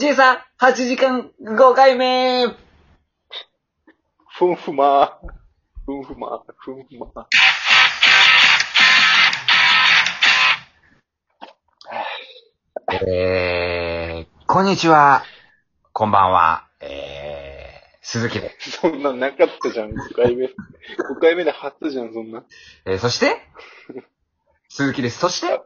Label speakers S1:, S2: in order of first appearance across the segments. S1: じいさん、8時間5回目
S2: ふんふまー。ふんふまー。ふんふまー。
S1: えー、こんにちは。こんばんは。えー、鈴木です。
S2: そんなんなかったじゃん、5回目。5回目で初じゃん、そんな。
S1: えー、そ して、鈴木です。そして、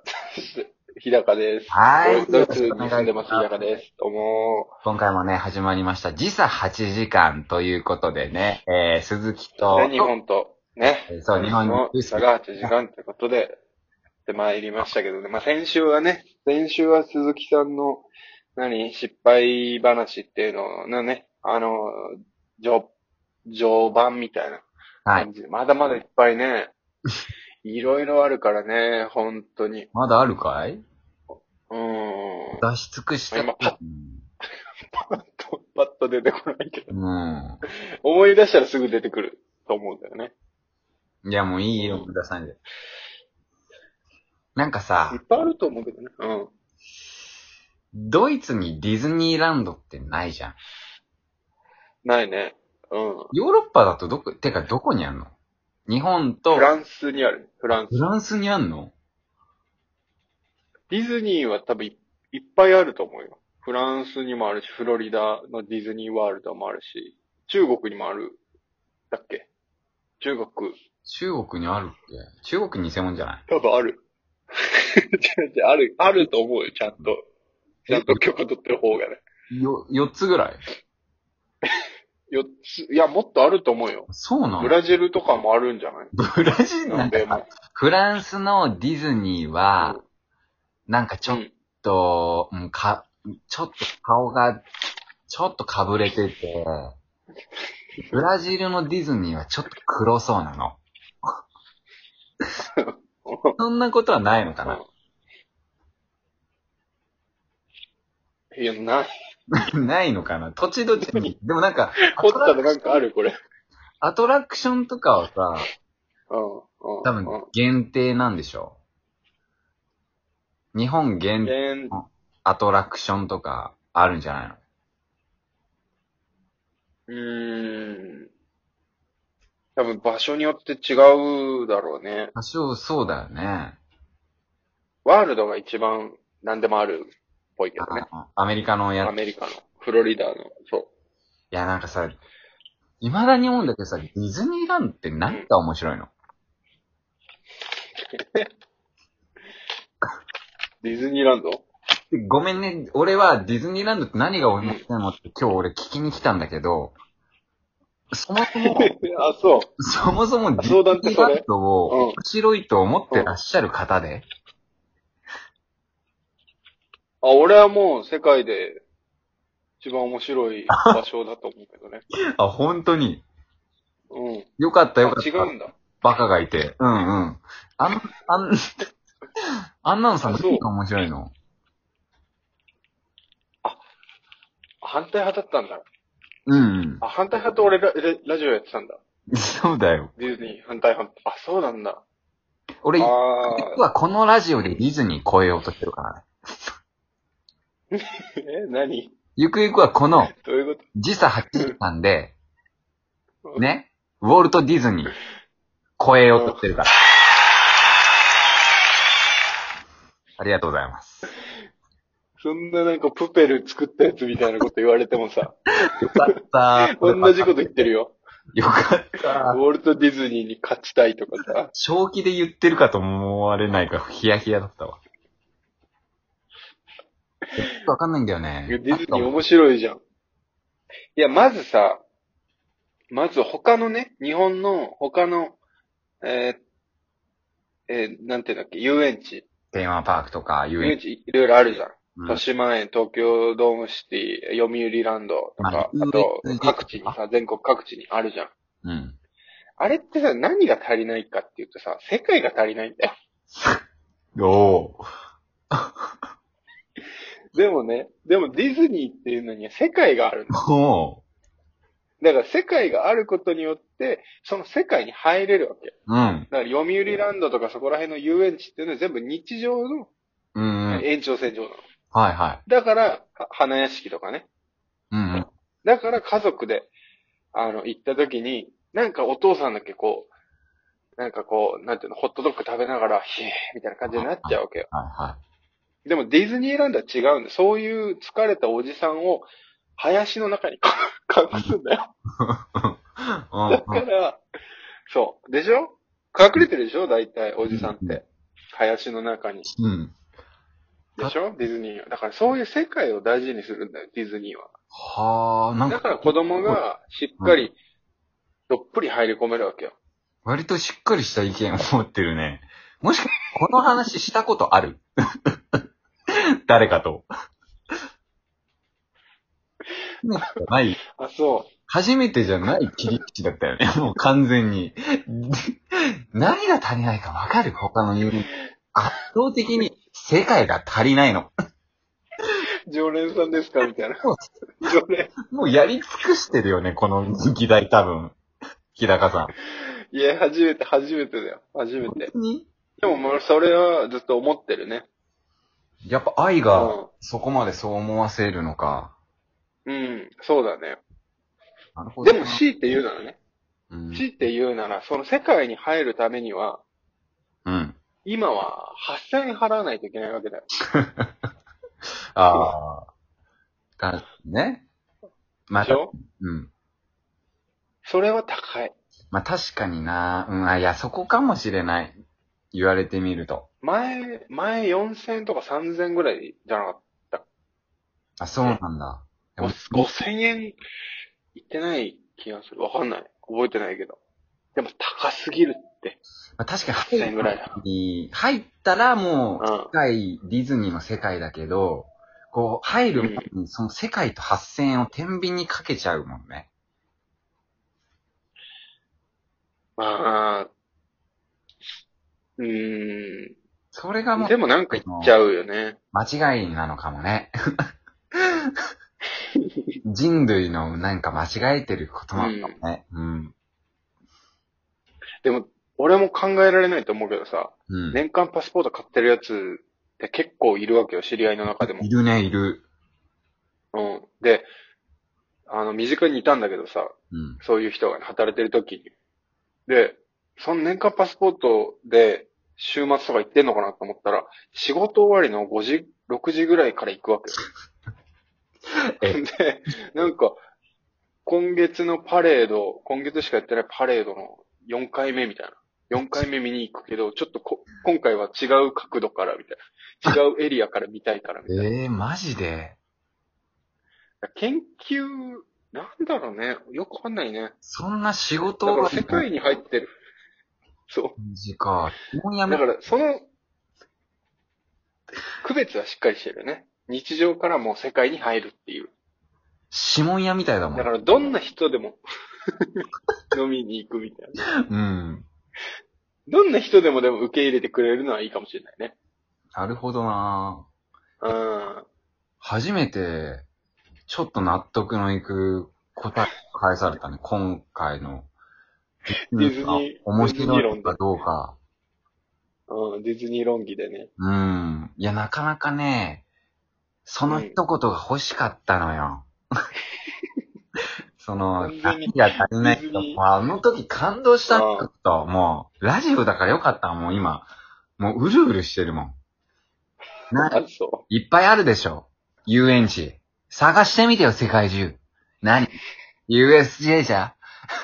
S2: 日高です。
S1: はーい
S2: ドイツに住んでます、日高です。どうも
S1: 今回もね、始まりました。時差8時間ということでね、えー、鈴木と、
S2: ー。ね日本と、ね。
S1: そう、日本
S2: の差が8時間ってことで、で、参りましたけどね。まあ、先週はね、先週は鈴木さんの、何、失敗話っていうののね、あの、序、序盤みたいな
S1: はい
S2: 感。じで、まだまだいっぱいね、いろいろあるからね、本当に。
S1: まだあるかい
S2: うん。
S1: 出し尽くした。
S2: 今パパッと、パッと出てこないけど。
S1: うん。
S2: 思い出したらすぐ出てくると思うんだよね。
S1: いや、もういいよ、出さんで。なんかさ
S2: いっ、ぱいあると思うけどね。うん。
S1: ドイツにディズニーランドってないじゃん。
S2: ないね。うん。
S1: ヨーロッパだとどこ、てかどこにあんの日本と
S2: フランスにある。フランス。
S1: フランスにあんの
S2: ディズニーは多分いいっぱいあると思うよ。フランスにもあるし、フロリダのディズニーワールドもあるし、中国にもある。だっけ中国、
S1: 中国にあるっけ中国偽物じゃない
S2: 多分ある。 違う違うある、あると思うよ、ちゃんと。ちゃんと許可取ってる方がね。
S1: よ、4つぐらい
S2: 4つ、いや、もっとあると思うよ。
S1: そうなの
S2: ブラジルとかもあるんじゃない
S1: ブラジルな
S2: 南
S1: んか
S2: 米も。
S1: フランスのディズニーは、なんかちょっと、うん、か、ちょっと顔が、ちょっとかぶれてて、ブラジルのディズニーはちょっと黒そうな の。そんなことはないのかな
S2: うんいや、な、
S1: ないのかな土地土地 に。でもなんか、
S2: 凝ったのなんかあるこれ。
S1: アトラクションとかはさ、
S2: うん、うん。
S1: 多分限定なんでしょ日本
S2: うん。
S1: 限定
S2: えー
S1: アトラクションとかあるんじゃないの
S2: うーん。多分場所によって違うだろうね。
S1: 多少そうだよね。
S2: ワールドが一番何でもあるっぽいけどね。
S1: あアメリカのや
S2: ア
S1: つ。
S2: メリカの、フロリダの、そ
S1: いや、なんかさ、未だに思うんだけどさ、ディズニーランドって何が面白いの、
S2: う。ディズニーランド
S1: でごめんね、俺はディズニーランドって何が面白いのって今日俺聞きに来たんだけど、そもそも、
S2: あ、そう。
S1: そもそもディズ
S2: 相談って
S1: ニー
S2: それ
S1: ランドを
S2: うん
S1: 面白いと思ってらっしゃる方で、
S2: あ、俺はもう世界で一番面白い場所だと思うけどね。
S1: あ、本当に、
S2: うん。
S1: よかったよか
S2: あ
S1: っ
S2: 違
S1: た。
S2: うんだ。
S1: バカがいて。うんうん。あん、あ ん、あんなのさ、
S2: あそう
S1: 何が面白いの
S2: 反対派だったんだ。
S1: うん
S2: あ、反対派と俺ラララジオやってたんだ。
S1: うん。そうだよ。
S2: ディズニー反対派。あ、そうなんだ。
S1: 俺、実
S2: ああ。
S1: はこのラジオでディズニー超えようとしてるからね。
S2: え、何
S1: ゆくゆくはこの
S2: どういうこ
S1: 時差8時間で、
S2: と
S1: ね、ウォルト・ディズニー超えようとしてるから。ありがとうございます。
S2: そんななんかプペル作ったやつみたいなこと言われてもさ、
S1: よかった。
S2: 同じこと言ってるよ。
S1: よかっ
S2: ウ
S1: た。
S2: ォルト・ディズニーに勝ちたいとかさ。
S1: 正気で言ってるかと思われないから、ヒヤヒヤだったわ。ちょっとわかんないんだよね。
S2: ディズニー面白いじゃん。いや、まずさ、まず他のね、日本の他の、えーえーなんていうんだっけ、遊園地。
S1: テーマパークとか、遊
S2: 遊
S1: 園
S2: 園
S1: 地。
S2: 地いろいろあるじゃん。
S1: うん
S2: 豊島園、東京ドームシティ、読売ランドと
S1: まあ
S2: か、あと
S1: 遊園地
S2: 各地にさ、全国各地にあるじゃん。
S1: うん。
S2: あれってさ、何が足りないかっていうとさ、世界が足りないんだよ。
S1: おー
S2: でもね、でもディズニーっていうのには世界があるの。
S1: お
S2: だから世界があることによって、その世界に入れるわけ。
S1: ーうん。
S2: だから読売ランドとかそこら辺の遊園地っていうのは全部日常の
S1: うんうん。
S2: 延長線上なの。
S1: はいはい。
S2: だから、は花屋敷とかね。
S1: うんうん。
S2: だから家族で、あの、行った時に、なんかお父さんだけこう、なんかこう、なんていうの、ホットドッグ食べながら、ひえーみたいな感じになっちゃうわけよ。
S1: はいは
S2: でもディズニーランドは違うんだ。そういう疲れたおじさんを、林の中に 隠すんだよ。
S1: い。う
S2: だ
S1: ん
S2: か
S1: うん。
S2: ら、そう。でしょ隠れてるでしょ大体、おじさんって。林の中に。
S1: うん。
S2: でしょディズニーは。だからそういう世界を大事にするんだよ、ディズニーは。
S1: はあ、なん
S2: だ
S1: か、
S2: から子供がしっかり、どっぷり入り込めるわけよ。
S1: 割としっかりした意見を持ってるね。もしかして、この話したことある 誰かと。ない。
S2: あ、そ
S1: 初めてじゃない切り口だったよね。もう完全に。何が足りないかわかる他の友人。圧倒的に世界が足りないの。
S2: う。常連さんですかみたいな
S1: そう。
S2: 常連。
S1: もうやり尽くしてるよね、この議題多分。日高さん。
S2: いや、初めて、初めてだよ。初めて。
S1: に
S2: でももうそれはずっと思ってるね。
S1: やっぱ愛
S2: う
S1: がそこまでそう思わせるのか。
S2: ん。うん、そうだね。
S1: なるほ
S2: で
S1: ど。
S2: も、強いて言うならね。
S1: うん。
S2: 強いて言うなら、その世界に入るためには、
S1: うん。
S2: 今は8000円払わないといけないわけだよ。
S1: ああ。だね。ま
S2: で
S1: あ
S2: し、ょ
S1: うん。
S2: それは高い。
S1: まあ確かにな。うん、あ、いや、そこかもしれない。言われてみると。
S2: 前、前4000円とか3000円ぐらいじゃなかっ
S1: あ、そうなんだ。
S2: た。ご5000円いってない気がする。わかんない。覚えてないけど。でも高すぎるって。
S1: まあ、確かに
S2: 8000円ぐらいだ。
S1: に入ったらもう、
S2: うん
S1: 世界、ディズニーの世界だけど、こう、入る前に、その世界と8000円を天秤にかけちゃうもんね。
S2: まあ、うーん。
S1: それがもう
S2: で、もなんか言っちゃうよね。
S1: 間違いなのかもね。人類のなんか間違えてることなのかもね。うん。
S2: でも、俺も考えられないと思うけどさ、
S1: うん。
S2: 年間パスポート買ってるやつって結構いるわけよ、知り合いの中でも
S1: い。るね、いる。
S2: うん。で、あの、身近にいたんだけどさ、
S1: うん。
S2: そういう人が働いてる時に。で、その年間パスポートで週末とか行ってんのかなと思ったら、仕事終わりの5時、6時ぐらいから行くわけ
S1: え
S2: よ。で、なんか、今月のパレード、今月しかやってないパレードの4回目みたいな。4回目見に行くけど、ちょっとこ、今回は違う角度からみたいな。違うエリアから見たいからみたいな。
S1: ええー、マジで
S2: 研究、なんだろうね。よくわかんないね。
S1: そんな仕事
S2: だから
S1: が
S2: 世界に入ってる。そ
S1: 感じか。もうや
S2: う。
S1: め
S2: だから、その、区別はしっかりしてるよね。日常からもう世界に入るっていう。
S1: 指紋屋みたいだもん。
S2: だから、どんな人でも、 飲みに行くみたいな。
S1: うん。
S2: どんな人でもでも受け入れてくれるのはいいかもしれないね。
S1: なるほどな
S2: うん。
S1: 初めて、ちょっと納得のいく答えを返されたね。今回の。
S2: ディズニー
S1: 面
S2: ディズニー
S1: 白い
S2: 論
S1: か
S2: だ
S1: どうか。
S2: うん、ディズニー論議でね。
S1: うん。いや、なかなかね、その一言が欲しかったのよ。その、
S2: 完全に
S1: 何が足りない
S2: ディズニー
S1: か。あの時感動したんだと、もう、ラジオだからよかった、もう今。もううるうるしてるもん。な
S2: あ、、そ
S1: いっぱいあるでしょ。遊園地。探してみてよ、世界中。何 ?USJ じゃ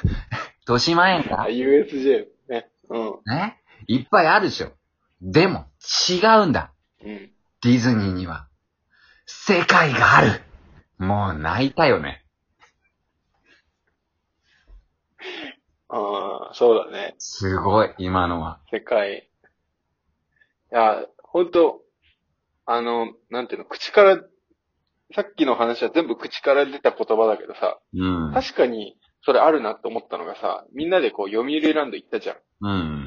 S1: 豊島園
S2: う。
S1: か
S2: あ、USJ。ね。うん。
S1: ねいっぱいあるでしょ。でも、違うんだ。
S2: うん。
S1: ディズニーには、世界があるもう泣いたよね。
S2: ああ、そうだね。
S1: すごい、今のは。
S2: 世界。いや、ほんと、あの、なんていうの、口から、さっきの話は全部口から出た言葉だけどさ、
S1: うん。
S2: 確かにそれあるなって思ったのがさ、みんなでこう、読売ランド行ったじゃん。
S1: うん。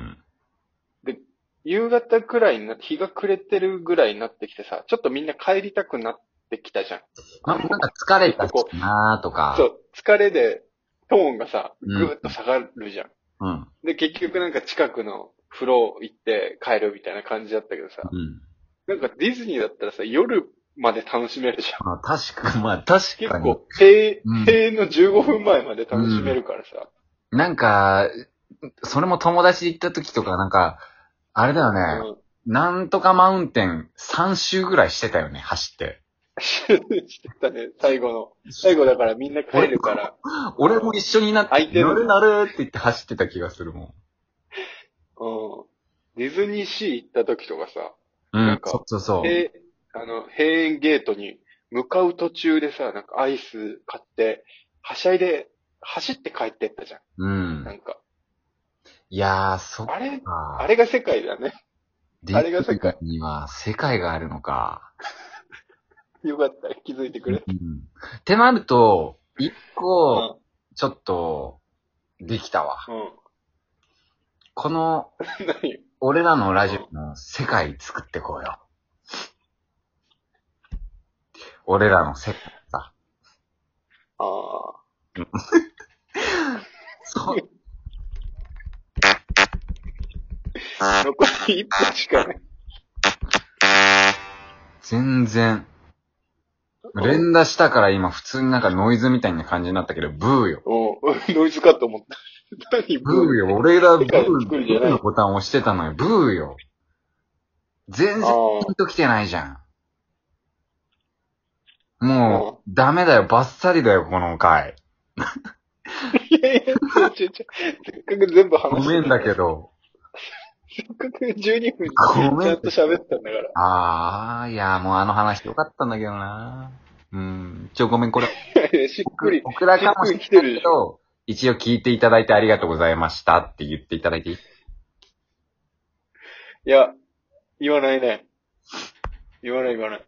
S2: 夕方くらいにな、日が暮れてるぐらいになってきてさ、ちょっとみんな帰りたくなってきたじゃん。
S1: ま、なんか疲れたしなーとか。
S2: そ。う、疲れで、トーンがさ、ぐ
S1: うん
S2: ーっと下がるじゃん。
S1: うん。
S2: で、結局なんか近くの風呂行って帰るみたいな感じだったけどさ、
S1: うん。
S2: なんかディズニーだったらさ、夜まで楽しめるじゃん。
S1: まあ、確か、 まあ、確
S2: 結
S1: かに。
S2: 構、閉
S1: うん、
S2: 閉園の15分前まで楽しめるからさ。
S1: なんか、それも友達で行った時とか、なんか、あれだよね、
S2: うん
S1: なんとかマウンテン3周ぐらいしてたよね、走って。
S2: してたね、最後の。最後だからみんな帰るから。
S1: 俺も一緒になって、
S2: 相手の
S1: なるなるって言って走ってた気がするもん。
S2: うん。ディズニーシー行った時とかさ、
S1: うん、
S2: なんか
S1: そうそうそう。
S2: へあの、閉園ゲートに向かう途中でさ、なんかアイス買って、はしゃいで、走って帰ってったじゃ。
S1: うん。
S2: なんんか、
S1: いやー、そっ
S2: あれ、
S1: か。
S2: あれが世界だね。
S1: デ
S2: あれが
S1: ィズ
S2: 世
S1: ニ
S2: 界
S1: ーには世界があるのか。
S2: よかった、気づいてく
S1: うん。
S2: れ
S1: っ。てなると、一
S2: う
S1: 個、
S2: ん。
S1: ちょっと、できたわ。
S2: うん。
S1: この、
S2: 何
S1: 俺らのラジオの世界作ってこうよ。俺らの世界さ。
S2: ああ。
S1: そう。
S2: 残り1分しかない。
S1: 全然。連打したから今普通になんかノイズみたいな感じになったけど、ブーよ。
S2: うん。ノイズかと思った。 何
S1: ブーよ。俺らブー、
S2: 世界
S1: ブ
S2: を作るんじゃない
S1: ーのボタン押してたのよ。ブーよ。全然
S2: あ
S1: ピンと来てないじゃん。もう、ダメだよ。バッサリだよ、この回。
S2: いやいや、違う違うせっかく全部話
S1: ご
S2: して
S1: めんだ
S2: ど。
S1: けど。
S2: せっかく12分
S1: ごめん
S2: ちゃんと喋ったんだから。
S1: あー、いや、もうあの話よかったんだけどな。うん。ちょ、ごめん、これ、
S2: いやい やしっくり。
S1: 僕らかもしれない
S2: しっくり来てるで
S1: け
S2: し
S1: ど、一応聞いていただいてありがとうございましたって言っていただいていい
S2: いや、言わないね。言わない言わない。